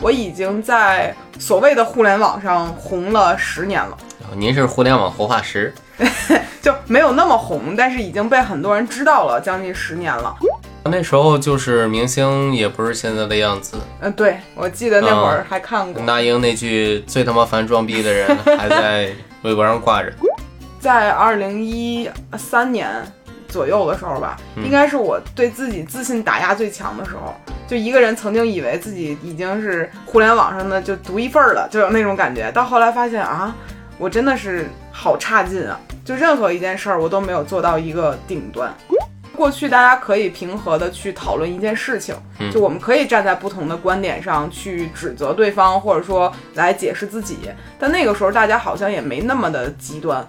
我已经在所谓的互联网上红了十年了，啊您是互联网活化石，就没有那么红，但是已经被很多人知道了，将近十年了。那时候就是明星也不是现在的样子。嗯，对，我记得那会儿还看过，那英那句“最他妈烦装逼 的人”还在微博上挂着。在二零一三年左右的时候吧，应该是我对自己自信打压最强的时候。就一个人曾经以为自己已经是互联网上的就独一份儿了，就有那种感觉。到后来发现啊，我真的是好差劲啊！就任何一件事儿，我都没有做到一个顶端。过去大家可以平和的去讨论一件事情，就我们可以站在不同的观点上去指责对方，或者说来解释自己。但那个时候大家好像也没那么的极端。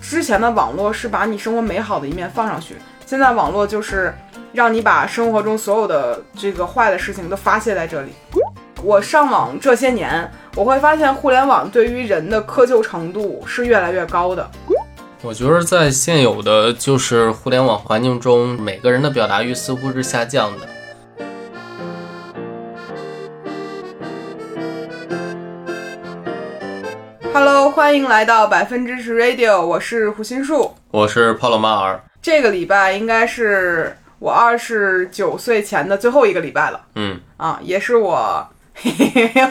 之前的网络是把你生活美好的一面放上去，现在网络就是让你把生活中所有的这个坏的事情都发泄在这里。我上网这些年，我会发现互联网对于人的苛求程度是越来越高的。我觉得在现有的就是互联网环境中，每个人的表达欲似乎是下降的。 Hello，欢迎来到百分之十 Radio，我是胡心树。我是帕洛马尔，这个礼拜应该是我二十九岁前的最后一个礼拜了嗯，啊，也是我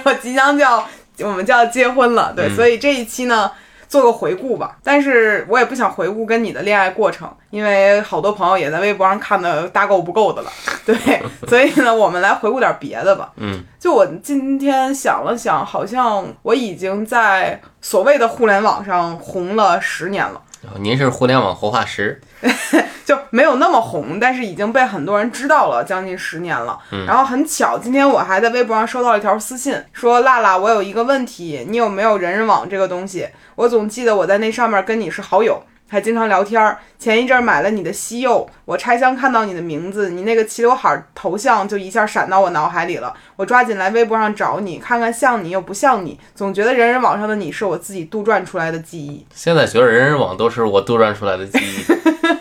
我即将就要我们就要结婚了，对，所以这一期呢做个回顾吧。但是我也不想回顾跟你的恋爱过程，因为好多朋友也在微博上看的大够不够的了，对，所以呢我们来回顾点别的吧。嗯，就我今天想了想，好像我已经在所谓的互联网上红了十年了。您是互联网活化石，就没有那么红，但是已经被很多人知道了，将近十年了。然后很巧，今天我还在微博上收到了一条私信，说辣辣，我有一个问题，你有没有人人网这个东西？我总记得我在那上面跟你是好友。还经常聊天儿，前一阵儿买了你的西柚，我拆箱看到你的名字，你那个齐刘海儿头像就一下闪到我脑海里了。我抓紧来微博上找你，看看像你又不像你，总觉得人人网上的你是我自己杜撰出来的记忆。现在觉得人人网都是我杜撰出来的记 忆。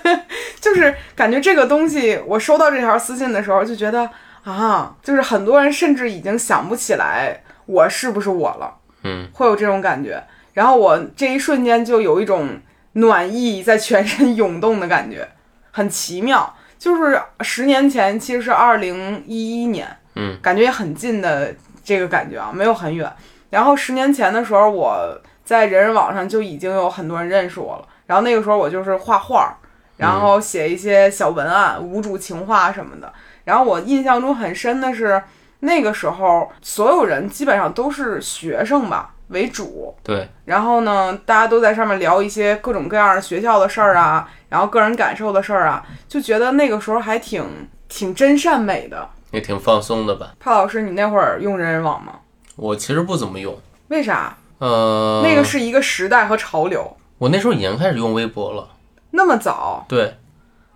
就是感觉这个东西，我收到这条私信的时候就觉得啊，就是很多人甚至已经想不起来我是不是我了，嗯，会有这种感觉。然后我这一瞬间就有一种暖意在全身 涌动的感觉，很奇妙。就是十年前，其实是二零一一年，嗯，感觉也很近的这个感觉啊，没有很远。然后十年前的时候，我在人人网上就已经有很多人认识我了。然后那个时候我就是画画，然后写一些小文案、无主情话什么的。然后我印象中很深的是，那个时候所有人基本上都是学生吧为主，对，然后呢，大家都在上面聊一些各种各样学校的事儿啊，然后个人感受的事儿啊，就觉得那个时候还挺挺真善美的。也挺放松的吧。潘老师，你那会儿用人人网吗？我其实不怎么用，为啥？呃，那个是一个时代和潮流。我那时候已经开始用微博了。那么早，对，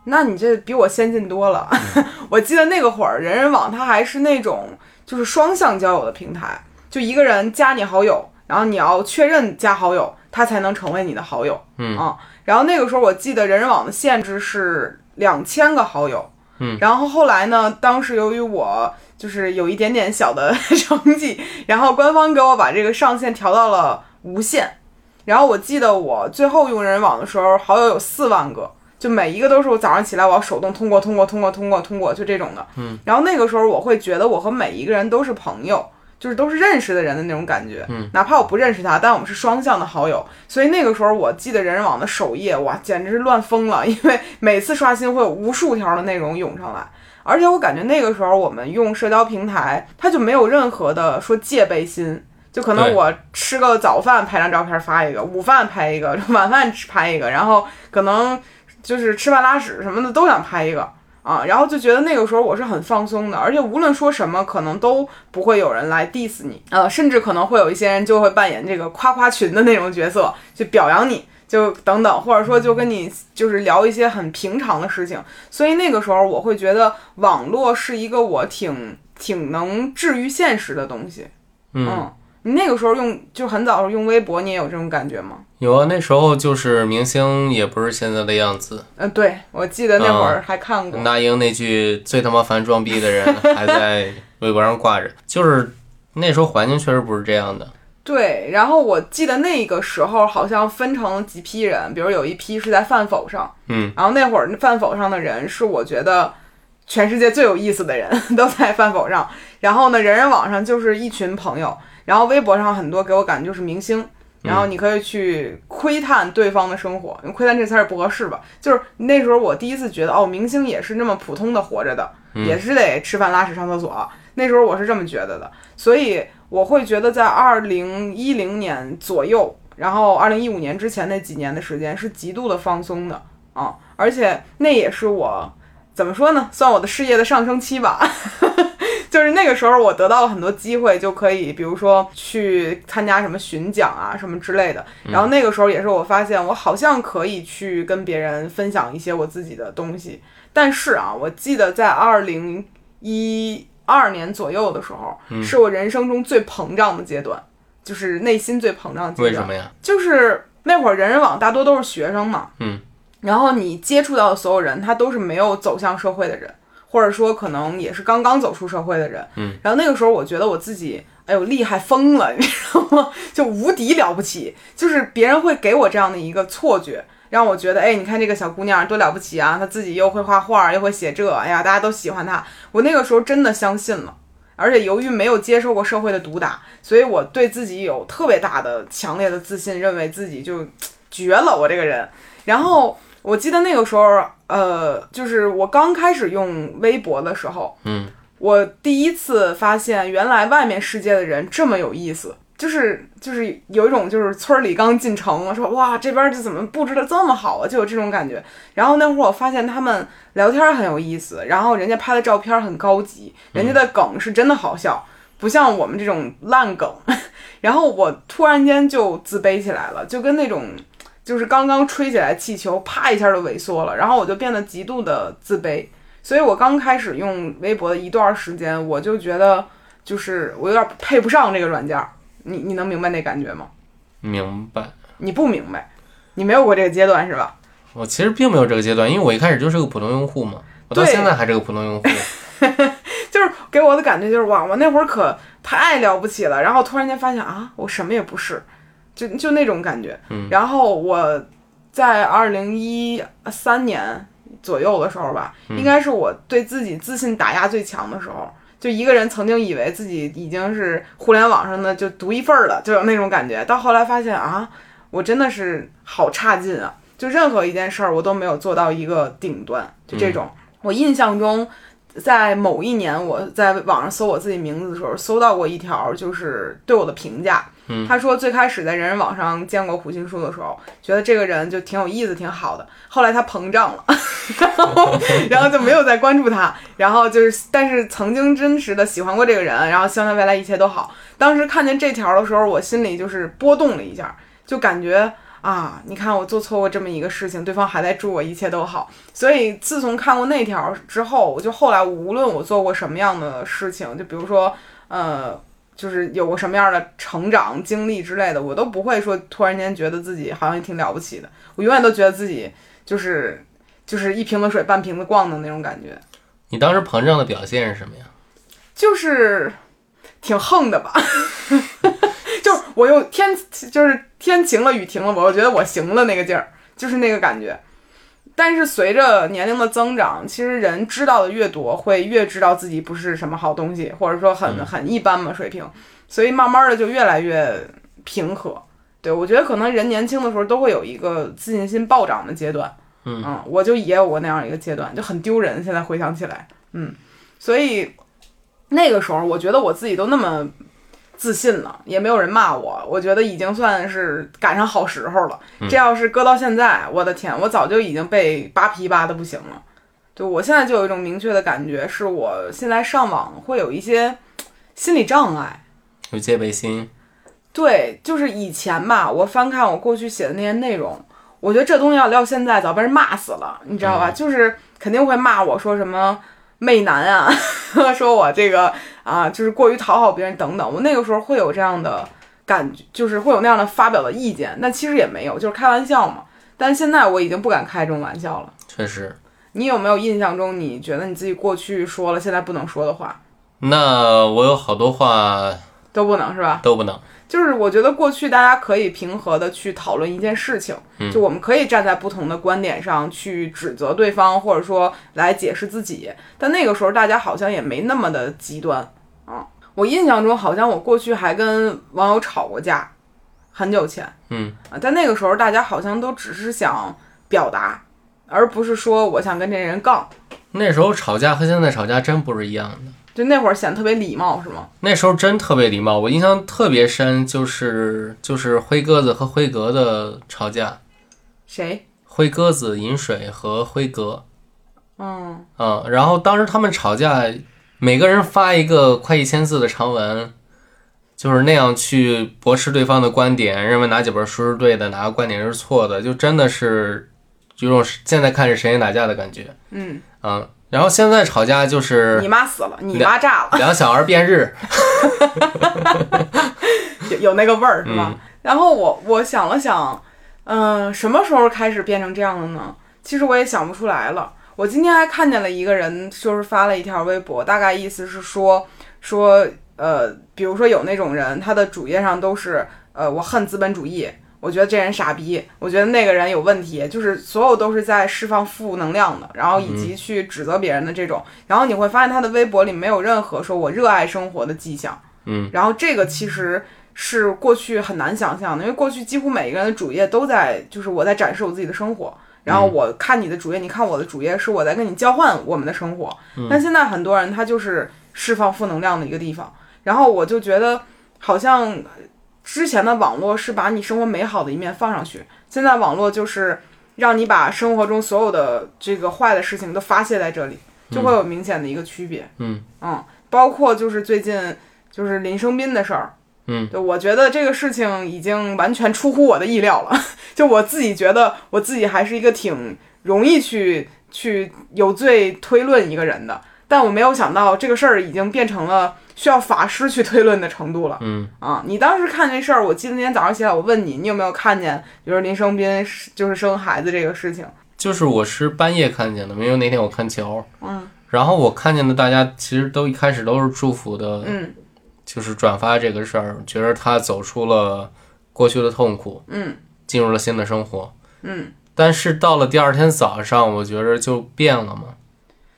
那你这比我先进多了。嗯 我记得那个会儿，人人网它还是那种就是双向交友的平台，就一个人加你好友，然后你要确认加好友，他才能成为你的好友。嗯啊，然后那个时候我记得人人网的限制是两千个好友。嗯，然后后来呢？当时由于我就是有一点点小的 成绩，然后官方给我把这个上限调到了无限。然后我记得我最后用人人网的时候，好友有四万个，就每一个都是我早上起来我要手动通过、通过、通过、通过、通过，就这种的。嗯。然后那个时候我会觉得我和每一个人都是朋友，就是都是认识的人的那种感觉。嗯。哪怕我不认识他，但我们是双向的好友，所以那个时候我记得人人网的首页哇，简直是乱疯了，因为每次刷新会有无数条的内容涌上来。而且我感觉那个时候我们用社交平台，它就没有任何的说戒备心，就可能对我吃个早饭拍张照片发一个，午饭拍一个，晚饭吃 拍一个，然后可能就是吃饭拉屎什么的都想拍一个啊，然后就觉得那个时候我是很放松的，而且无论说什么，可能都不会有人来 diss 你，呃，甚至可能会有一些人就会扮演这个夸夸群的那种角色，去表扬你。就等等，或者说就跟你就是聊一些很平常的事情，所以那个时候我会觉得网络是一个我挺挺能治愈现实的东西。嗯哦你那个时候用就很早的时候用微博，你也有这种感觉吗？有啊，那时候就是明星也不是现在的样子。嗯、对，我记得那会儿还看过。 那英那句“最他妈烦装逼的人”还在微博上挂着，就是那时候环境确实不是这样的。对，然后我记得那个时候好像分成几批人，比如有一批是在饭否上，嗯，然后那会儿饭否上的人是我觉得全世界最有意思的人， 都在饭否上。然后呢，人人网上就是一群朋友，然后微博上很多给我感觉就是明星。然后你可以去窥探对方的生活，用窥探这词儿也不合适吧？就是那时候我第一次觉得，哦，明星也是那么普通的活着的，也是得吃饭、拉屎、上厕所。那时候我是这么觉得的，所以我会觉得在二零一零年左右，然后二零一五年之前那几年的时间是极度的放松的啊，而且那也是我怎么说呢，算我的事业的上升期吧。 就是那个时候，我得到了很多机会，就可以，比如说去参加什么巡讲啊，什么之类的。嗯然后那个时候也是我发现，我好像可以去跟别人分享一些我自己的东西。但是啊，我记得在二零一二年左右的时候，嗯是我人生中最膨胀的阶段，就是啊内心最膨胀的阶段。为什么呀？就是那会儿人人网大多都是学生嘛，嗯，然后你接触到的所有人，他都是没有走向社会的人，或者说可能也是刚刚走出社会的人，嗯，然后那个时候我觉得我自己。哎呦，厉害疯了，你知道吗？ 就无敌了不起，就是别人会给我这样的一个错觉，让我觉得，哎，你看这个小姑娘多了不起啊，她自己又会画画，又会写这，哎呀，大家都喜欢她。我那个时候真的相信了，而且由于没有接受过社会的毒打，所以我对自己有特别大的、强烈的自信，认为自己就绝了，我这个人。然后我记得那个时候，呃，就是我刚开始用微博的时候，嗯，我第一次发现原来外面世界的人这么有意思。就是就是有一种就是村里刚进城，说哇这边就怎么布置的这么好啊，就有这种感觉。然后那会儿我发现他们聊天很有意思，然后人家拍的照片很高级，人家的梗是真的好笑，不像我们这种烂梗。 然后我突然间就自卑起来了，就跟那种就是刚刚吹起来气球啪一下就萎缩了，然后我就变得极度的自卑。所以我刚开始用微博的一段时间，我就觉得就是我有点配不上这个软件儿，你你能明白那感觉吗？明白。你不明白，你没有过这个阶段是吧？我其实并没有这个阶段，因为我一开始就是个普通用户嘛，我到对现在还是个普 通用户。就是给我的感觉就是哇，我那会儿可太了不起了，然后突然间发现啊，我什么也不是，就就那种感觉。然后我在二零一三年左右的时候吧，应该是我对自己自信打压最强的时候。就一个人曾经以为自己已经是互联网上的就独一份儿了，就有那种感觉。到后来发现啊，我真的是好差劲啊！就任何一件事儿，我都没有做到一个顶端，就这种。我印象中，在某一年，我在网上搜我自己名字的时候，搜到过一条就是对我的评价。他说最开始在人人网上见过胡心树的时候，觉得这个人就挺有意思、挺好的。后来他膨胀了， 然后然后就没有再关注他。然后就是，但是曾经真实的喜欢过这个人，然后希望他未来一切都好。当时看见这条的时候，我心里就是波动了一下，就感觉啊，你看我做错过这么一个事情，对方还在祝我一切都好。所以自从看过那条之后，呃我就后来无论我做过什么样的事情，就比如说呃，就是有过什么样的成长经历之类的，我都不会说突然间觉得自己好像也挺了不起的。我永远都觉得自己就是就是一瓶子水半瓶子逛的那种感觉，你当时膨胀的表现是什么呀？就是挺横的吧。 就是我又天就是天晴了雨停了，我又觉得我行了那个劲儿，就是那个感觉。但是随着年龄的增长，其实人知道的越多，会越知道自己不是什么好东西，或者说很很一般嘛水平，所以慢慢的就越来越平和。对我觉得可能人年轻的时候都会有一个自信心暴涨的阶段，嗯我就也有过那样一个阶段，就很丢人。现在回想起来，嗯，所以那个时候我觉得我自己都那么自信了，也没有人骂我，我觉得已经算是赶上好时候了。这要是搁到现在，我的天，我早就已经被扒皮扒的不行了。对我现在就有一种明确的感觉，是我现在上网会有一些心理障碍。有戒备心，对，就是以前吧，我翻看我过去写的那些内容，我觉得这东西要撂现在，早被人骂死了，你知道吧？就是肯定会骂我说什么媚男啊， 说我这个啊，就是过于讨好别人等等。我那个时候会有这样的感觉，就是会有那样的发表的意见，但其实也没有，就是开玩笑嘛。但现在我已经不敢开这种玩笑了。确实。你有没有印象中，你觉得你自己过去说了现在不能说的话？那我有好多话都不能是吧？都不能。就是我觉得过去大家可以平和的去讨论一件事情，嗯就我们可以站在不同的观点上去指责对方，或者说来解释自己。但那个时候大家好像也没那么的极端啊。我印象中好像我过去还跟网友吵过架，很久前嗯啊。但那个时候大家好像都只是想表达，而不是说我想跟这人杠。那时候吵架和现在吵架真不是一样的。就那会儿显得特别礼貌是吗？那时候真特别礼貌，我印象特别深，就是就是灰鸽子和灰格的吵架，谁？灰鸽子饮水和灰格，嗯，嗯，然后当时他们吵架，每个人发一个快一千字的长文，就是那样去驳斥对方的观点，认为哪几本书是对的，哪个观点是错的，就真的是有种现在看是谁先打架的感觉，嗯，嗯，然后现在吵架就是你妈死了，你妈炸了，两小儿辩日，有有那个味儿是吧？然后我我想了想，嗯、什么时候开始变成这样的呢？其实我也想不出来了。我今天还看见了一个人，就是发了一条微博，大概意思是说说呃，比如说有那种人，他的主页上都是呃，我恨资本主义。我觉得这人傻逼，我觉得那个人有问题，就是所有都是在释放负能量的，然后以及去指责别人的这种，然后你会发现他的微博里没有任何说我热爱生活的迹象，嗯，然后这个其实是过去很难想象的，因为过去几乎每一个人的主页都在，就是我在展示我自己的生活，然后我看你的主页，你看我的主页，是我在跟你交换我们的生活，但现在很多人他就是释放负能量的一个地方，然后我就觉得好像之前的网络是把你生活美好的一面放上去，现在网络就是让你把生活中所有的这个坏的事情都发泄在这里，就会有明显的一个区别。嗯包括就是最近就是林生斌的事儿。嗯，对，我觉得这个事情已经完全出乎我的意料了。 就我自己觉得，我自己还是一个挺容易去去有罪推论一个人的，但我没有想到这个事儿已经变成了需要法师去推论的程度了。嗯啊，你当时看这事儿，我记得那天早上起来，我问你，你有没有看见，比如林生斌是就是生孩子这个事情？就是我是半夜看见的，因为那天我看球，嗯然后我看见的大家其实都一开始都是祝福的，嗯就是转发这个事儿，觉得他走出了过去的痛苦，嗯进入了新的生活。嗯。但是到了第二天早上，我觉着就变了嘛。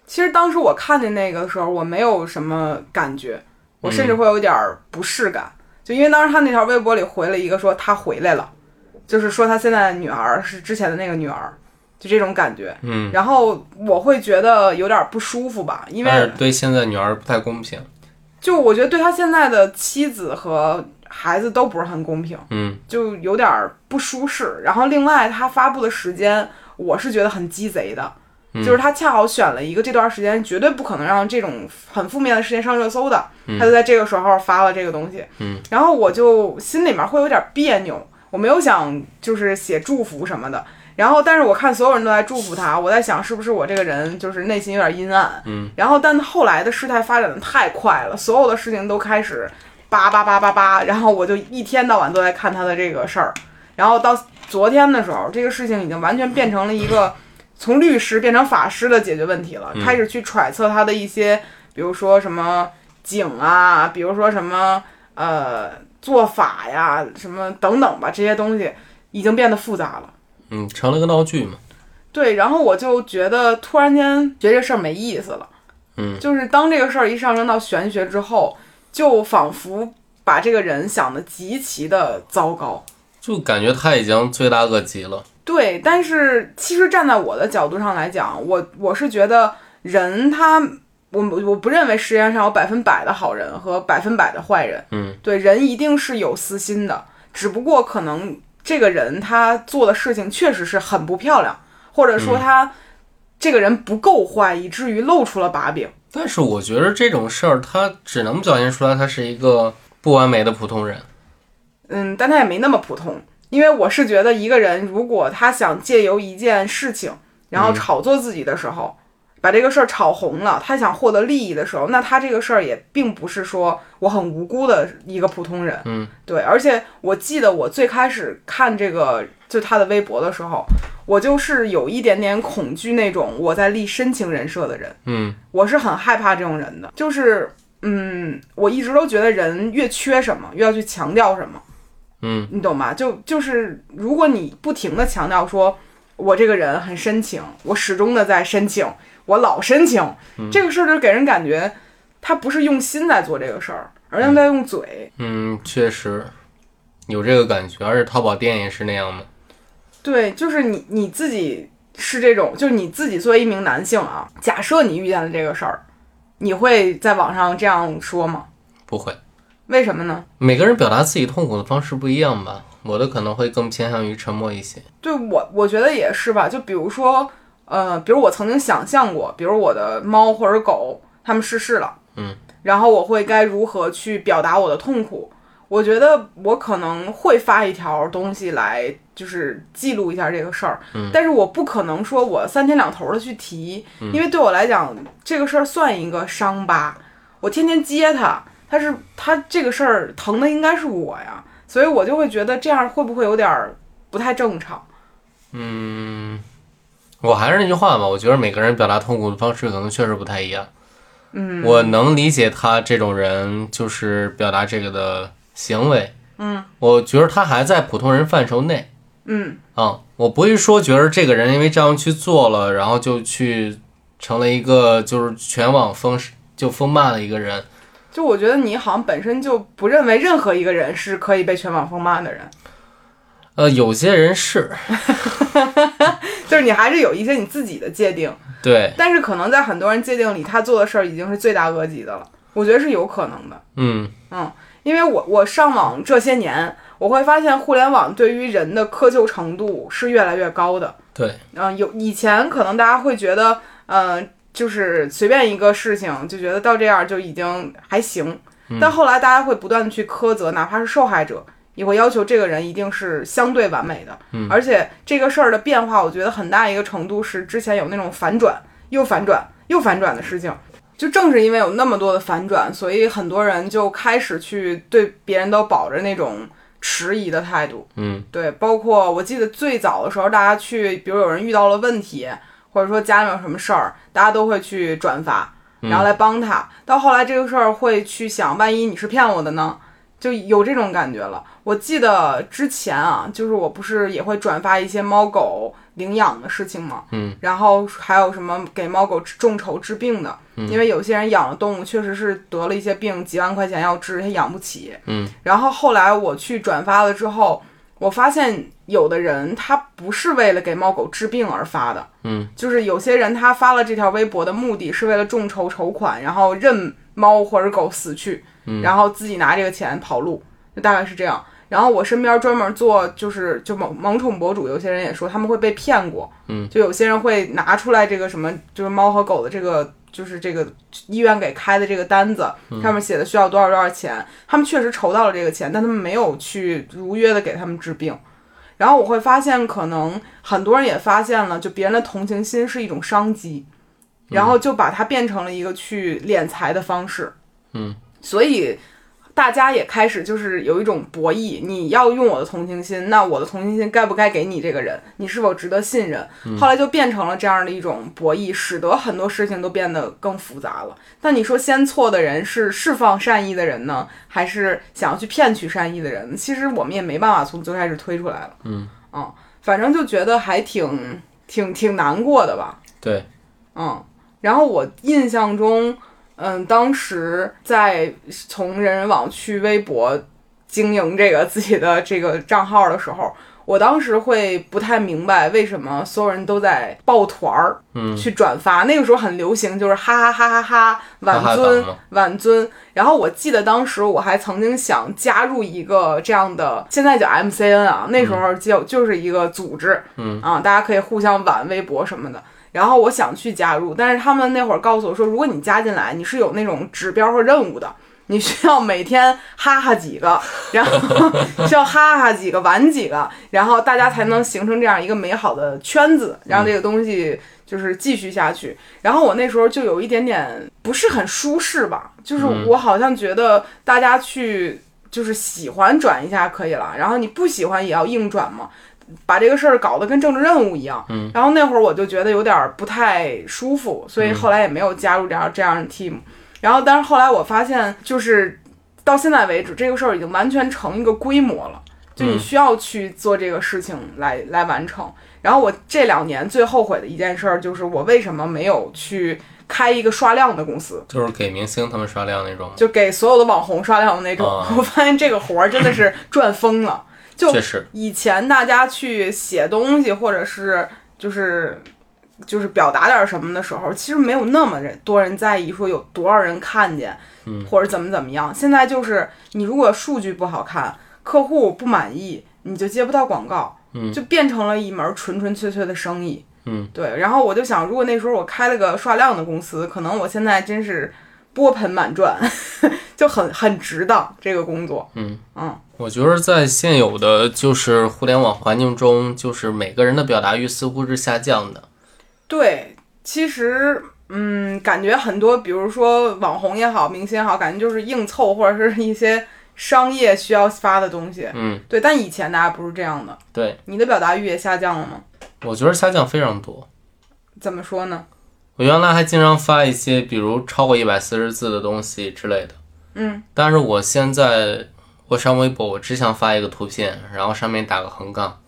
其实当时我看见那个的时候，我没有什么感觉，我甚至会有点儿不适感，就因为当时他那条微博里回了一个说他回来了，就是说他现在的女儿是之前的那个女儿，就这种感觉。嗯，然后我会觉得有点儿不舒服吧，因但为是对现在女儿不太公平。就我觉得对他现在的妻子和孩子都不是很公平。嗯就有点儿不舒适。然后另外，他发布的时间我是觉得很鸡贼的，就是他恰好选了一个这段时间绝对不可能让这种很负面的事情上热搜的，他就在这个时候发了这个东西。嗯，然后我就心里面会有点别扭，我没有想就是写祝福什么的。然后，但是我看所有人都在祝福他，我在想是不是我这个人就是内心有点阴暗。嗯，然后，但后来的事态发展的太快了，所有的事情都开始叭叭叭叭叭，然后我就一天到晚都在看他的这个事儿，然后到昨天的时候，这个事情已经完全变成了一个从律师变成法师的解决问题了，开始去揣测他的一些，比如说什么警啊，比如说什么呃做法呀，什么等等吧，这些东西已经变得复杂了。嗯，成了个闹剧嘛。对，然后我就觉得突然间觉得这事儿没意思了。嗯，就是当这个事儿一上升到玄学之后，就仿佛把这个人想的极其的糟糕。就感觉他已经罪大恶极了。对，但是其实站在我的角度上来讲，我我是觉得人他，我我不认为世界上有百分百的好人和百分百的坏人。嗯，对，人一定是有私心的，只不过可能这个人他做的事情确实是很不漂亮，或者说他、这个人不够坏，以至于露出了把柄。但是我觉得这种事儿，他只能表现出来他是一个不完美的普通人。嗯，但他也没那么普通，因为我是觉得一个人如果他想借由一件事情，然后炒作自己的时候，把这个事儿炒红了，他想获得利益的时候，那他这个事儿也并不是说我很无辜的一个普通人。嗯，对，而且我记得我最开始看这个就他的微博的时候，我就是有一点点恐惧那种我在立深情人设的人。嗯我是很害怕这种人的，就是嗯，我一直都觉得人越缺什么，越要去强调什么，嗯你懂吗？就就是如果你不停的强调说，我这个人很深情，我始终的在深情，我老深情，这个事儿就给人感觉他不是用心在做这个事儿，而像在用嘴。嗯，确实有这个感觉，而且淘宝店也是那样嘛。对，就是你你自己是这种，就是你自己作为一名男性啊，假设你遇见了这个事儿，你会在网上这样说吗？不会，为什么呢？每个人表达自己痛苦的方式不一样吧。我的可能会更偏向于沉默一些。对我，我觉得也是吧。就比如说，呃，比如我曾经想象过，比如我的猫或者狗它们逝世了，嗯，然后我会该如何去表达我的痛苦？我觉得我可能会发一条东西来，就是记录一下这个事儿，嗯、但是我不可能说我三天两头的去提，因为对我来讲，这个事儿算一个伤疤，我天天接它，它是它这个事儿疼的应该是我呀，所以我就会觉得这样会不会有点儿不太正常？嗯，我还是那句话吧，我觉得每个人表达痛苦的方式可能确实不太一样。嗯，我能理解他这种人就是表达这个的行为。嗯，我觉得他还在普通人范畴内。嗯嗯，我不会说觉得这个人因为这样去做了，然后就去成了一个就是全网封就封骂的一个人。，就我觉得你好像本身就不认为任何一个人是可以被全网封骂的人，呃，有些人是就是你还是有一些你自己的界定，对，但是可能在很多人界定里，他做的事儿已经是罪大恶极的了，我觉得是有可能的。嗯嗯，因为我我上网这些年，我会发现互联网对于人的苛求程度是越来越高的。对，嗯、有以前可能大家会觉得，呃，就是随便一个事情就觉得到这样就已经还行，但后来大家会不断的去苛责，哪怕是受害者，也会要求这个人一定是相对完美的。而且这个事儿的变化，我觉得很大一个程度是之前有那种反转又反转又反转的事情。就正是因为有那么多的反转，所以很多人就开始去对别人都保着那种迟疑的态度。嗯对，包括我记得最早的时候，大家去，比如有人遇到了问题，或者说家里面有什么事儿，大家都会去转发，嗯然后来帮他。到后来这个事儿会去想，万一你是骗我的呢？就有这种感觉了。我记得之前啊，就是我不是也会转发一些猫狗领养的事情吗？嗯，然后还有什么给猫狗治众筹治病的，嗯因为有些人养了动物确实是得了一些病，几万块钱要治，他养不起。嗯，然后后来我去转发了之后，我发现有的人他不是为了给猫狗治病而发的，嗯，就是有些人他发了这条微博的目的是为了众筹筹款，然后认猫或者狗死去，然后自己拿这个钱跑路，就大概是这样。然后我身边专门做就是就萌萌宠博主，有些人也说他们会被骗过，嗯，就有些人会拿出来这个什么就是猫和狗的这个就是这个医院给开的这个单子，上面写的需要多少多少钱，他们确实筹到了这个钱，但他们没有去如约的给他们治病。然后我会发现，可能很多人也发现了，就别人的同情心是一种商机，然后就把它变成了一个去敛财的方式。嗯，所以大家也开始就是有一种博弈，你要用我的同情心，那我的同情心该不该给你这个人？你是否值得信任？后来就变成了这样的一种博弈，使得很多事情都变得更复杂了。但你说先错的人是释放善意的人呢，还是想要去骗取善意的人？其实我们也没办法从最开始推出来了。嗯，嗯，反正就觉得还挺挺挺难过的吧。对，嗯，然后我印象中，嗯，当时在从人人网去微博经营这个自己的这个账号的时候，我当时会不太明白为什么所有人都在抱团儿，嗯去转发。那个时候很流行，就是哈哈哈哈哈，哈晚哈尊党嘛晚尊。然后我记得当时我还曾经想加入一个这样的，现在叫 MCN 啊，那时候就就是一个组织，嗯啊，大家可以互相挽微博什么的。然后我想去加入，但是他们那会儿告诉我说，如果你加进来，你是有那种指标和任务的，你需要每天哈哈几个，然后 需要哈哈几个玩几个，然后大家才能形成这样一个美好的圈子，让这个东西就是继续下去。然后我那时候就有一点点不是很舒适吧，就是我好像觉得大家去就是喜欢转一下可以了，然后你不喜欢也要硬转嘛。把这个事儿搞得跟政治任务一样，嗯，然后那会儿我就觉得有点儿不太舒服，所以后来也没有加入这样这样的 team。然后，但是后来我发现，就是到现在为止，这个事儿已经完全成一个规模了，就你需要去做这个事情来、来完成。然后我这两年最后悔的一件事儿，就是我为什么没有去开一个刷量的公司，就是给明星他们刷量那种，就给所有的网红刷量的那种。啊我发现这个活儿真的是赚疯了，就确实，以前大家去写东西，或者是就是就是表达点什么的时候，其实没有那么人多人在意说有多少人看见，嗯或者怎么怎么样。现在就是你如果数据不好看，客户不满意，你就接不到广告，嗯就变成了一门纯纯粹粹的生意。嗯，对。然后我就想，如果那时候我开了个刷量的公司，可能我现在真是波盆满赚， 就很很值当这个工作。嗯嗯。我觉得在现有的就是互联网环境中，就是每个人的表达欲似乎是下降的。对，其实嗯，感觉很多，比如说网红也好，明星也好，感觉就是硬凑或者是一些商业需要发的东西。嗯，对，但以前大家不是这样的，对，你的表达欲也下降了吗？我觉得下降非常多。怎么说呢？我原来还经常发一些，比如超过一百四十字的东西之类的。嗯，但是我现在我上微博，我只想发一个图片，然后上面打个横杠。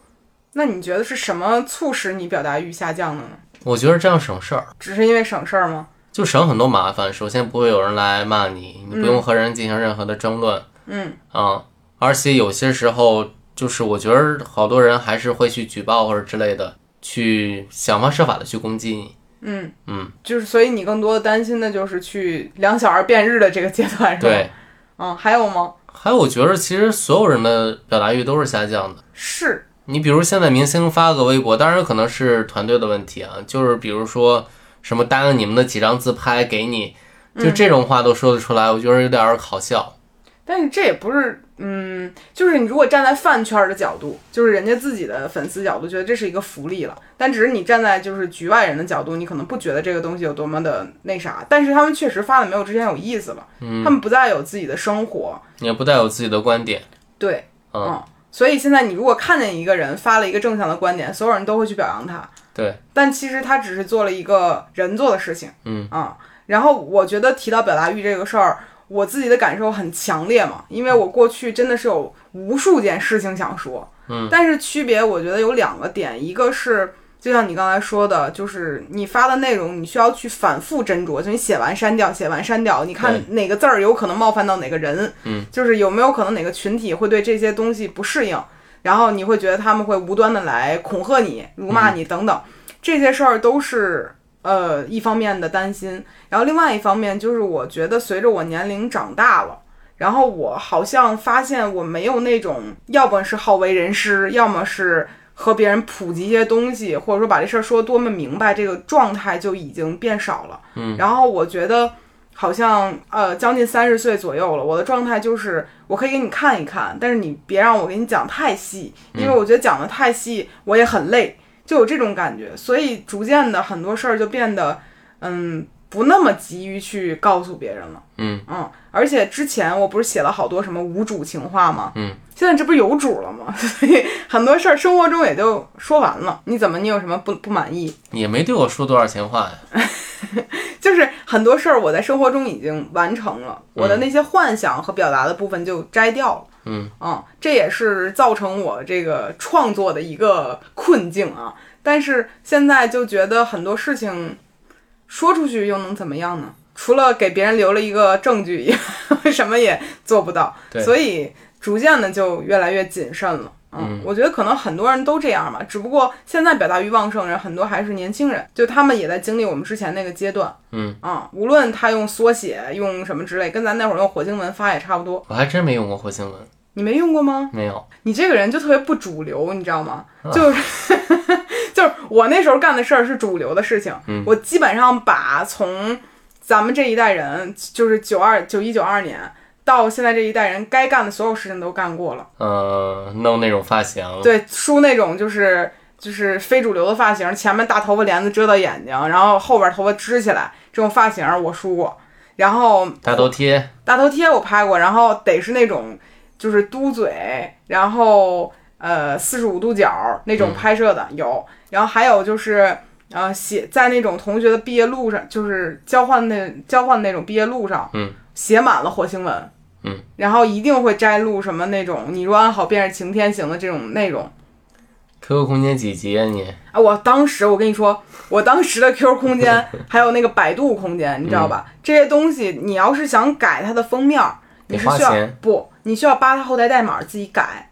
那你觉得是什么促使你表达欲下降的呢？我觉得这样省事儿，只是因为省事儿吗？就省很多麻烦。首先不会有人来骂你，你不用和人进行任何的争论。嗯啊、而且有些时候，就是我觉得好多人还是会去举报或者之类的，去想方设法的去攻击你。嗯嗯，就是所以你更多担心的就是去两小儿辩日的这个阶段哎是吧？，对，嗯，还有吗？还有我觉得其实所有人的表达欲都是下降的。是，你比如现在明星发个微博，当然可能是团队的问题啊，就是比如说什么答应你们的几张自拍给你，嗯就这种话都说得出来，我觉得有点儿好笑。但是这也不是，嗯，就是你如果站在饭圈的角度，就是人家自己的粉丝角度，觉得这是一个福利了。但只是你站在就是局外人的角度，你可能不觉得这个东西有多么的那啥。但是他们确实发的没有之前有意思了，他们不再有自己的生活，也不带有自己的观点，对，嗯嗯。所以现在你如果看见一个人发了一个正向的观点，所有人都会去表扬他，对，但其实他只是做了一个人做的事情，嗯啊。然后我觉得提到表达欲这个事儿，我自己的感受很强烈嘛，因为我过去真的是有无数件事情想说，嗯，但是区别我觉得有两个点，一个是就像你刚才说的，就是你发的内容你需要去反复斟酌，就你写完删掉，写完删掉，你看哪个字儿有可能冒犯到哪个人，嗯，就是有没有可能哪个群体会对这些东西不适应。然后你会觉得他们会无端的来恐吓你、辱骂你等等，这些事儿都是呃一方面的担心，然后另外一方面就是我觉得随着我年龄长大了，然后我好像发现我没有那种要么是好为人师，要么是和别人普及一些东西，或者说把这事儿说多么明白，这个状态就已经变少了。嗯，然后我觉得。好像呃，将近三十岁左右了，我的状态就是我可以给你看一看，但是你别让我给你讲太细，因为我觉得讲的太细我也很累，就有这种感觉，所以逐渐的很多事儿就变得，嗯，不那么急于去告诉别人了。嗯而且之前我不是写了好多什么无主情话吗？嗯，现在这不是有主了吗？ 所以很多事儿生活中也就说完了。你怎么你有什么不不满意？也没对我说多少闲话呀。就是很多事儿我在生活中已经完成了，我的那些幻想和表达的部分就摘掉了。啊嗯这也是造成我这个创作的一个困境啊。但是现在就觉得很多事情说出去又能怎么样呢？除了给别人留了一个证据以外， 什么也做不到。对所以逐渐的就越来越谨慎了。嗯，我觉得可能很多人都这样吧，只不过现在表达欲旺盛人很多还是年轻人，就他们也在经历我们之前那个阶段。嗯啊，无论他用缩写用什么之类，跟咱那会儿用火星文发也差不多。我还真没用过火星文，你没用过吗？没有。你这个人就特别不主流，你知道吗？就是 就是我那时候干的事儿是主流的事情，我基本上把从咱们这一代人，就是九二九一九二年到现在这一代人该干的所有事情都干过了。呃，弄那种发型，对，梳那种就是就是非主流的发型，前面大头发帘子遮到眼睛，然后后边头发支起来，这种发型我梳过。然后大头贴，大头贴我拍过，然后得是那种就是嘟嘴，然嗯后呃四十五度角那种拍摄的、有，然后还有就是呃，写在那种同学的毕业录上，就是交换那交换那种毕业录上，嗯，写满了火星文，嗯，然后一定会摘录什么那种“你若安好，便是晴天行”的这种内容。 QQ 空间几级啊你？啊，我当时我跟你说，我当时的 QQ 空 间还有那个百度空间，你知道吧？嗯这些东西你要是想改它的封面儿，你得是花需要钱不？你需要扒它后台代码自己改。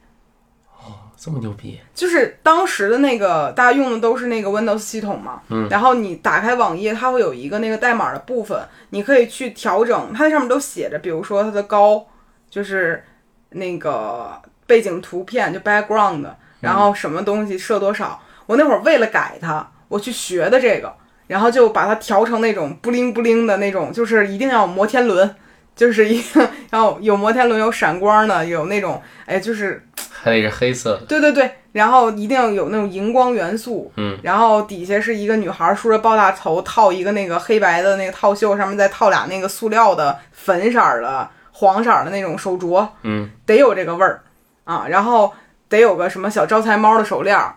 这么牛逼？就是当时的那个大家用的都是那个 Windows 系统嘛，嗯，然后你打开网页，它会有一个那个代码的部分，你可以去调整，它上面都写着，比如说它的高，就是那个背景图片就 background，然后什么东西设多少。我那会儿为了改它，我去学的这个，然后就把它调成那种不灵不灵的那种，就是一定要有摩天轮。就是一定要有摩天轮，有闪光的，有那种，哎，就是还得是黑色的，对对对，然后一定要有那种荧光元素，嗯，然后底下是一个女孩梳着爆大头，套一个那个黑白的那个套袖，上面再套俩那个塑料的粉色儿的、黄色儿的那种手镯，嗯，得有这个味儿啊，然后得有个什么小招财猫的手链儿，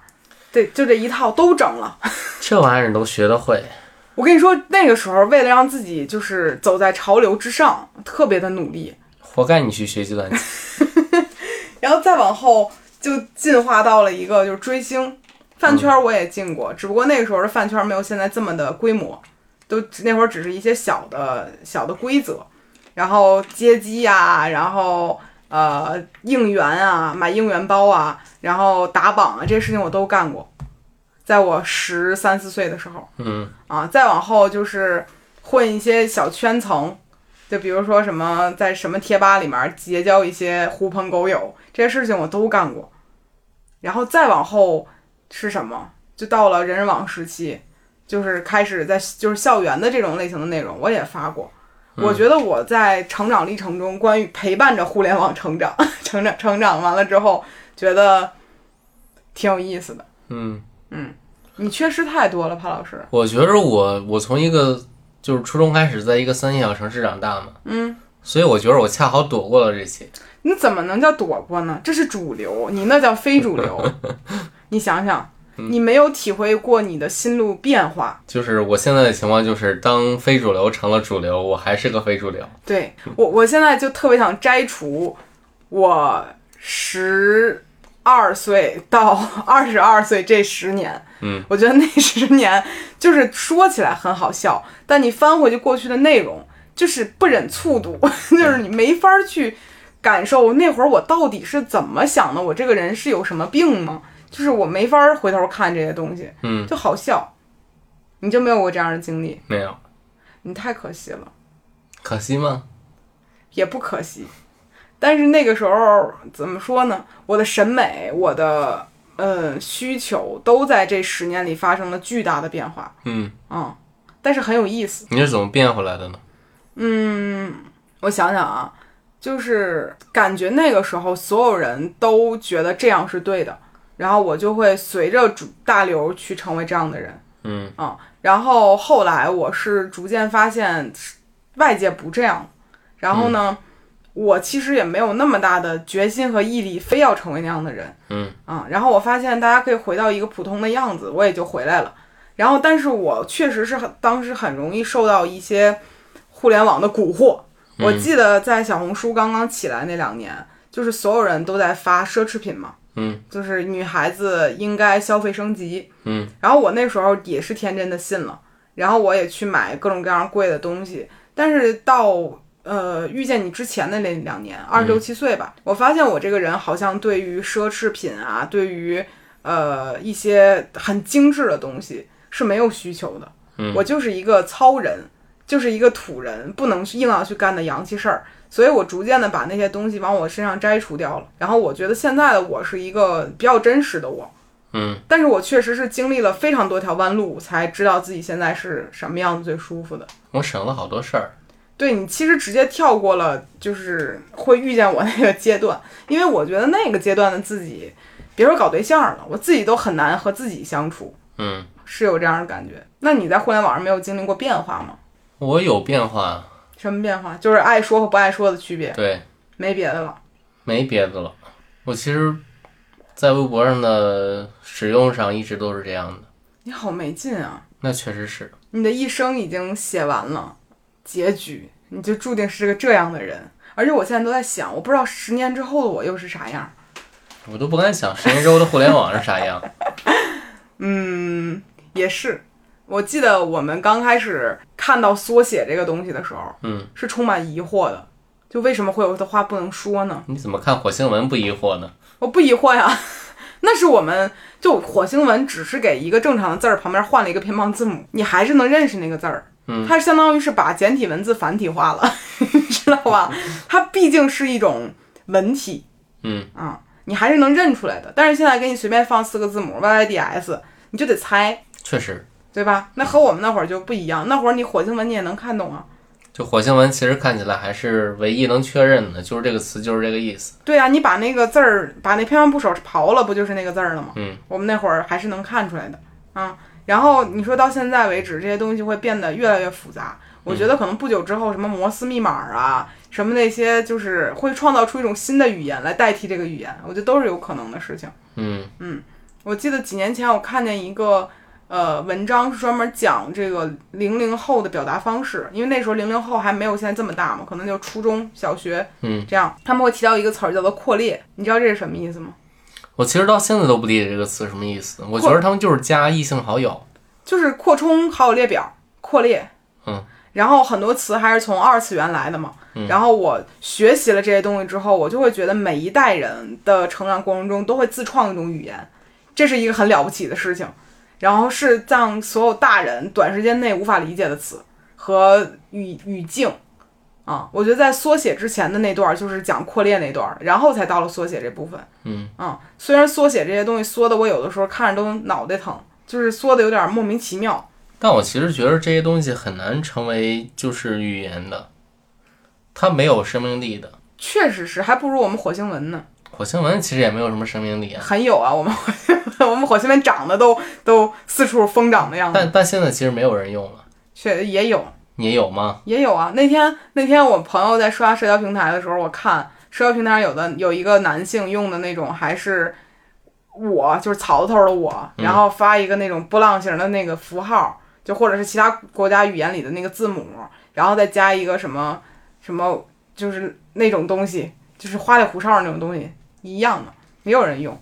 对，就这一套都整了。这玩意儿都学得会。我跟你说，那个时候为了让自己就是走在潮流之上，特别的努力，活该你去学计算机。然后再往后就进化到了一个就是追星，饭圈我也进过，只不过那个时候的饭圈没有现在这么的规模，都那会儿只是一些小的小的规则，然后接机啊，然后呃应援啊，买应援包啊，然后打榜啊，这些事情我都干过，在我十三四岁的时候。嗯，啊，再往后就是混一些小圈层，就比如说什么在什么贴吧里面结交一些狐朋狗友，这些事情我都干过。然后再往后是什么？就到了人人网时期，就是开始在就是校园的这种类型的内容，我也发过。我觉得我在成长历程中，关于陪伴着互联网成长、 成长、成长完了之后，觉得挺有意思的。嗯，你缺失太多了，潘老师。我觉着我我从一个就是初中开始，在一个三线小城市长大嘛，嗯，所以我觉得我恰好躲过了这些。你怎么能叫躲过呢？这是主流，你那叫非主流。你想想，你没有体会过你的心路变化。就是我现在的情况就是，当非主流成了主流，我还是个非主流。对我，我现在就特别想摘除我十二岁到 二十二岁这十年。嗯，我觉得那十年就是说起来很好笑，但你翻回去过去的内容，就是不忍卒读， 就是你没法去感受那会儿我到底是怎么想的，我这个人是有什么病吗？就是我没法回头看这些东西，嗯，就好笑。你就没有过这样的经历，没有，你太可惜了。可惜吗？也不可惜。但是那个时候怎么说呢？我的审美，我的呃需求，都在这十年里发生了巨大的变化。嗯，嗯，但是很有意思。你是怎么变回来的呢？我想想啊，就是感觉那个时候所有人都觉得这样是对的，然后我就会随着主大流去成为这样的人。嗯啊，然后后来我是逐渐发现是外界不这样，然后呢，嗯我其实也没有那么大的决心和毅力，非要成为那样的人。嗯啊，然后我发现大家可以回到一个普通的样子，我也就回来了。然后，但是我确实是很当时很容易受到一些互联网的蛊惑。嗯我记得在小红书刚刚起来那两年，就是所有人都在发奢侈品嘛，嗯就是女孩子应该消费升级，嗯，然后我那时候也是天真的信了，然后我也去买各种各样贵的东西，但是到呃遇见你之前的那两年，二十嗯六七岁吧，我发现我这个人好像对于奢侈品啊，对于呃一些很精致的东西是没有需求的，嗯我就是一个糙人，就是一个土人，不能去硬要去干的洋气事儿。所以我逐渐的把那些东西往我身上摘除掉了，然后我觉得现在的我是一个比较真实的我，嗯，但是我确实是经历了非常多条弯路，才知道自己现在是什么样子最舒服的。我省了好多事儿。对你其实直接跳过了，就是会遇见我那个阶段，因为我觉得那个阶段的自己，别说搞对象了，我自己都很难和自己相处，嗯，是有这样的感觉。那你在互联网上没有经历过变化吗？我有变化，什么变化？就是爱说和不爱说的区别，对，没别的了。没别的了。我其实，在微博上的使用上一直都是这样的。你好没劲啊！那确实是，你的一生已经写完了，结局你就注定是个这样的人。而且我现在都在想，我不知道十年之后的我又是啥样。我都不敢想十年之后的互联网是啥样。嗯，也是。我记得我们刚开始看到缩写这个东西的时候，嗯，是充满疑惑的。就为什么会有的话不能说呢？你怎么看火星文不疑惑呢？我不疑惑呀， 那是我们就火星文只是给一个正常的字儿旁边换了一个偏旁字母，你还是能认识那个字儿。嗯它相当于是把简体文字繁体化了， 你知道吧？它毕竟是一种文体嗯，啊、你还是能认出来的。但是现在给你随便放四个字母 y y d s，你就得猜，确实，对吧？那和我们那会儿就不一样，那会儿你火星文你也能看懂啊。就火星文其实看起来还是唯一能确认的，就是这个词就是这个意思。对呀、啊你把那个字儿，把那偏旁部首刨了，不就是那个字儿了吗？嗯，我们那会儿还是能看出来的啊。然后你说到现在为止，这些东西会变得越来越复杂。我觉得可能不久之后，什么摩斯密码啊，什么那些，就是会创造出一种新的语言来代替这个语言，我觉得都是有可能的事情。嗯我记得几年前我看见一个呃文章，是专门讲这个零零后的表达方式，因为那时候零零后还没有现在这么大嘛，可能就初中小学嗯，这样，他们会提到一个词儿叫做扩列，你知道这是什么意思吗？我其实到现在都不理解这个词什么意思。我觉得他们就是加异性好友。就是扩充好友列表，扩列。嗯。然后很多词还是从二次元来的嘛。然后我学习了这些东西之后，我就会觉得每一代人的成长过程中都会自创一种语言，这是一个很了不起的事情。然后是让所有大人短时间内无法理解的词和语语境。啊，我觉得在缩写之前的那段儿就是讲扩列那段儿，然后才到了缩写这部分。嗯啊，虽然缩写这些东西缩的我有的时候看着都脑袋疼，就是缩的有点莫名其妙。但我其实觉得这些东西很难成为就是语言的，它没有生命力的。确实是，还不如我们火星文呢，火星文其实也没有什么生命力啊，很有啊。我们火星文， 我们火星文长得都都四处疯长的样子，但但现在其实没有人用了。确也有你也有吗？也有啊。那天那天我朋友在刷社交平台的时候，我看社交平台上有的有一个男性用的那种还是我，就是草字头的我，嗯然后发一个那种波浪形的那个符号，就或者是其他国家语言里的那个字母，然后再加一个什么什么，就是那种东西，就是花里胡哨的那种东西一样的，没有人用。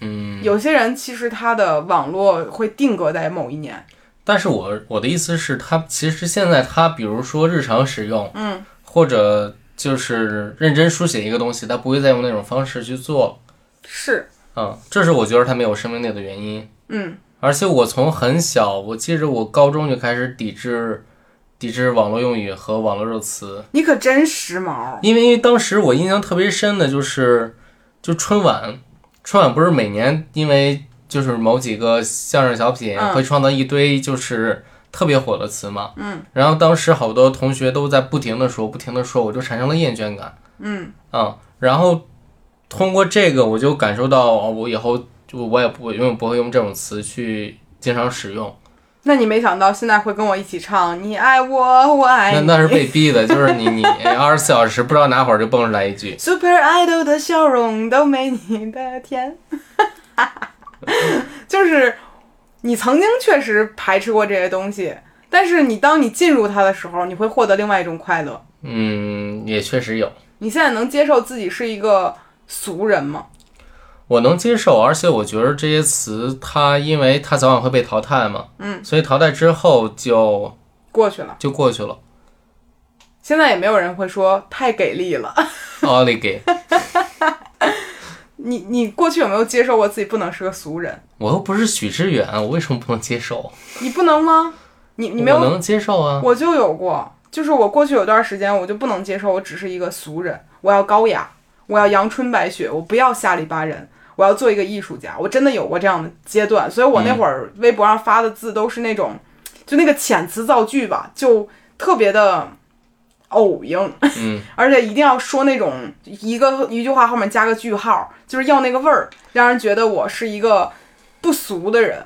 嗯，有些人其实他的网络会定格在某一年，但是我我的意思是，它其实现在它，比如说日常使用，嗯，或者就是认真书写一个东西，它不会再用那种方式去做是，嗯，这是我觉得它没有生命力的原因。嗯，而且我从很小，我记着我高中就开始抵制抵制网络用语和网络热词，你可真时髦，因为当时我印象特别深的就是，就春晚，春晚不是每年因为就是某几个相声小品嗯会创造一堆就是特别火的词嘛，嗯，然后当时好多同学都在不停的说，不停的说，我就产生了厌倦感，嗯嗯，然后通过这个我就感受到，哦我以后就我也不我永远不会用这种词去经常使用，那你没想到现在会跟我一起唱“你爱我，我爱那你那是被逼的，就是你你二十四小时不知道哪会儿就蹦出来一句， ”，Super Idol 的笑容都没你的甜， 就是你曾经确实排斥过这些东西，但是你当你进入它的时候，你会获得另外一种快乐。嗯，也确实有。你现在能接受自己是一个俗人吗？我能接受，而且我觉得这些词，它因为它早晚会被淘汰嘛，嗯，所以淘汰之后就过去了，就过去了。 现在也没有人会说太给力了。 奥利给，你你过去有没有接受过自己不能是个俗人？我又不是许知远，我为什么不能接受？你不能吗？你你没我有，能接受啊，我就有过，就是我过去有段时间我就不能接受，我只是一个俗人，我要高雅，我要阳春白雪，我不要下里巴人，我要做一个艺术家。我真的有过这样的阶段，所以我那会儿微博上发的字都是那种，就那个遣词造句吧，就特别的偶应。嗯， 而且一定要说那种一个一句话后面加个句号，就是要那个味儿，让人觉得我是一个不俗的人。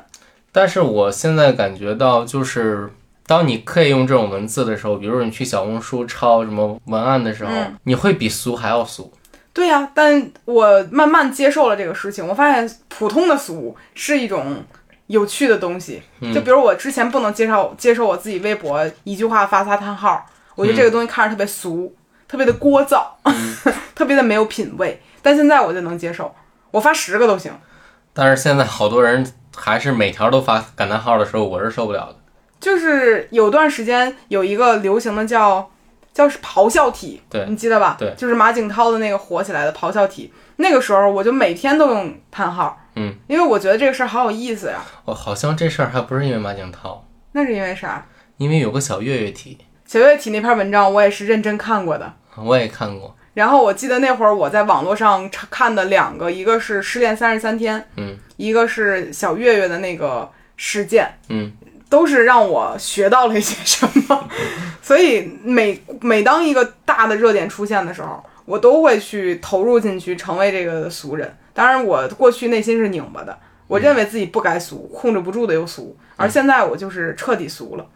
但是我现在感觉到，就是当你可以用这种文字的时候，比如说你去小红书抄什么文案的时候，嗯你会比俗还要俗。对啊呀、但我慢慢接受了这个事情，我发现普通的俗是一种有趣的东西。就比如我之前不能接受接受我自己微博一句话发仨叹号，我觉得这个东西看着特别俗，特别的聒噪， 特别的没有品味。但现在我就能接受，我发十个都行。但是现在好多人还是每条都发感叹号的时候，我是受不了的。就是有段时间有一个流行的叫叫是咆哮体，对你记得吧？对就是马景涛的那个火起来的咆哮体。那个时候我就每天都用叹号，嗯，因为我觉得这个事儿好有意思呀。我哦好像这事儿还不是因为马景涛，那是因为啥？因为有个小月月题，小月体那篇文章我也是认真看过的。我也看过。然后我记得那会儿我在网络上查看的两个，一个是《失恋三十三天》，嗯，一个是小月月的那个事件，嗯，都是让我学到了一些什 么。所以每每当一个大的热点出现的时候，我都会去投入进去，成为这个俗人。当然，我过去内心是拧巴的，我认为自己不该俗，嗯控制不住的又俗，而现在我就是彻底俗了，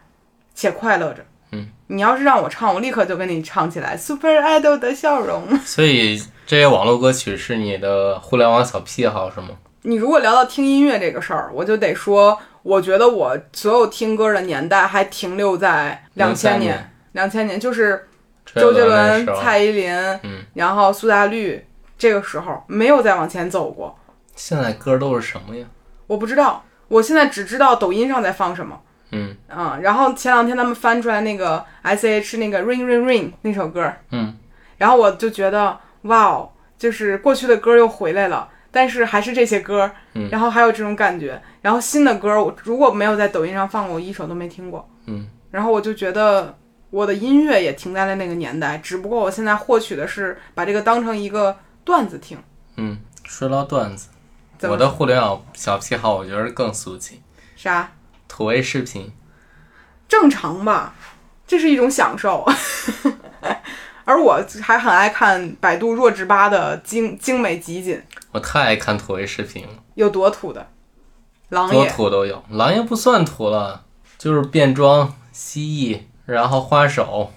且快乐着。嗯，你要是让我唱，我立刻就跟你唱起来《Super Idol 的笑容》。所以这些网络歌曲是你的互联网小癖好是吗？你如果聊到听音乐这个事儿，我就得说，我觉得我所有听歌的年代还停留在两千2000年年，两千年就是周周杰伦伦、那时候蔡依林，嗯然后苏打绿，这个时候没有再往前走过。现在歌都是什么呀？我不知道，我现在只知道抖音上在放什么。嗯嗯，然后前两天他们翻出来那个 S H 那个 Ring Ring Ring 那首歌，嗯，然后我就觉得哇哦，就是过去的歌又回来了，但是还是这些歌，嗯然后还有这种感觉，然后新的歌我如果没有在抖音上放过，我一首都没听过，嗯，然后我就觉得我的音乐也停在了那个年代，只不过我现在获取的是把这个当成一个段子听，嗯，说到段子，怎么我的互联网小癖好我觉得更俗气，啥土味视频。正常吧，这是一种享受。 而我还很爱看百度弱智吧的精精美集锦，我太爱看土味视频了，有多土的，狼多爷土都有。狼爷不算土了，就是变装、蜥蜴，然后花手，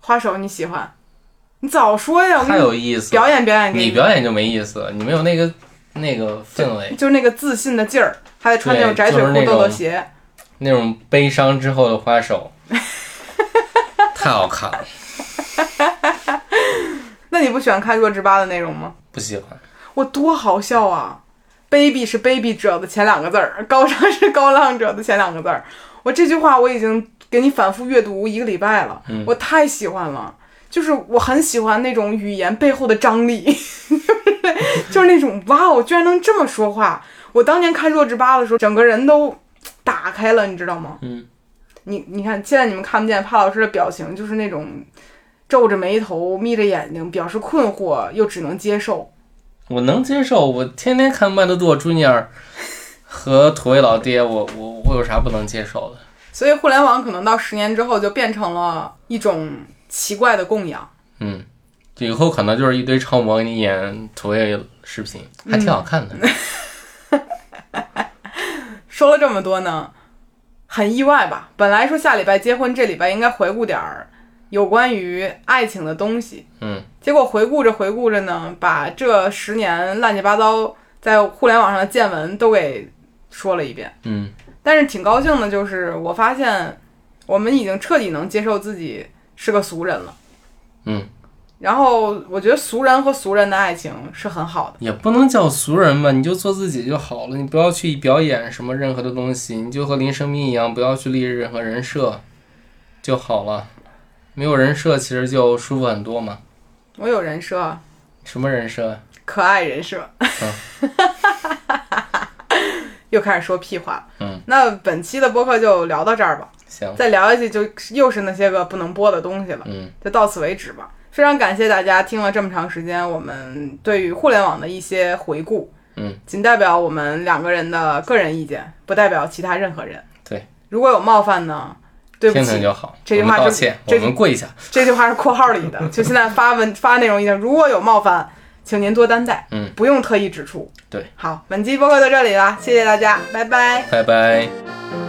花手你喜欢？你早说呀！我太给有你意思了。表演表演给你表演就没意思了，你没有那个那个氛围，就是那个自信的劲儿，还得穿那种对窄腿就是裤、那豆豆种鞋。那种悲伤之后的花手，太好看了，那你不喜欢看弱智吧的内容吗？不喜欢。我多好笑啊！baby 是 baby 者的前两个字儿， 高尚是高浪者的前两个字儿。我这句话我已经给你反复阅读一个礼拜了，我太喜欢了。就是我很喜欢那种语言背后的张力， 就是那种哇哦，居然能这么说话！我当年看《弱智吧》的时候，整个人都打开了，你知道吗？嗯，你你看，现在你们看不见帕老师的表情，就是那种皱着眉头、眯着眼睛，表示困惑又只能接受。我能接受，我天天看麦德多朱尼尔和土味老爹，我我我有啥不能接受的？所以互联网可能到十年之后就变成了一种奇怪的供养。嗯，以后可能就是一堆超模给你演土味视频，还挺好看的。说了这么多呢，很意外吧？本来说下礼拜结婚，这礼拜应该回顾点儿有关于爱情的东西，嗯结果回顾着回顾着呢，把这十年乱七八糟在互联网上的见闻都给说了一遍。嗯但是挺高兴的，就是我发现我们已经彻底能接受自己是个俗人了。嗯，然后我觉得俗人和俗人的爱情是很好的。也不能叫俗人吧，你就做自己就好了，你不要去表演什么任何的东西，你就和林生斌一样，不要去立任何人设就好了。没有人设其实就舒服很多嘛。我有人设啊，什么人设？可爱人设， 又开始说屁话了。嗯，那本期的播客就聊到这儿吧，行，再聊下去就又是那些个不能播的东西了，嗯就到此为止吧。非常感谢大家听了这么长时间，我们对于互联网的一些回顾，嗯，仅代表我们两个人的个人意见，不代表其他任何人。对，如果有冒犯呢，对不听听起，就好。这句我们话道是歉，这我们跪下。这句话是括号里的，就现在发文发内容一定，如果有冒犯，请您多担待，嗯，不用特意指出。对，好，本期播客到这里啦，谢谢大家，拜拜。拜拜。嗯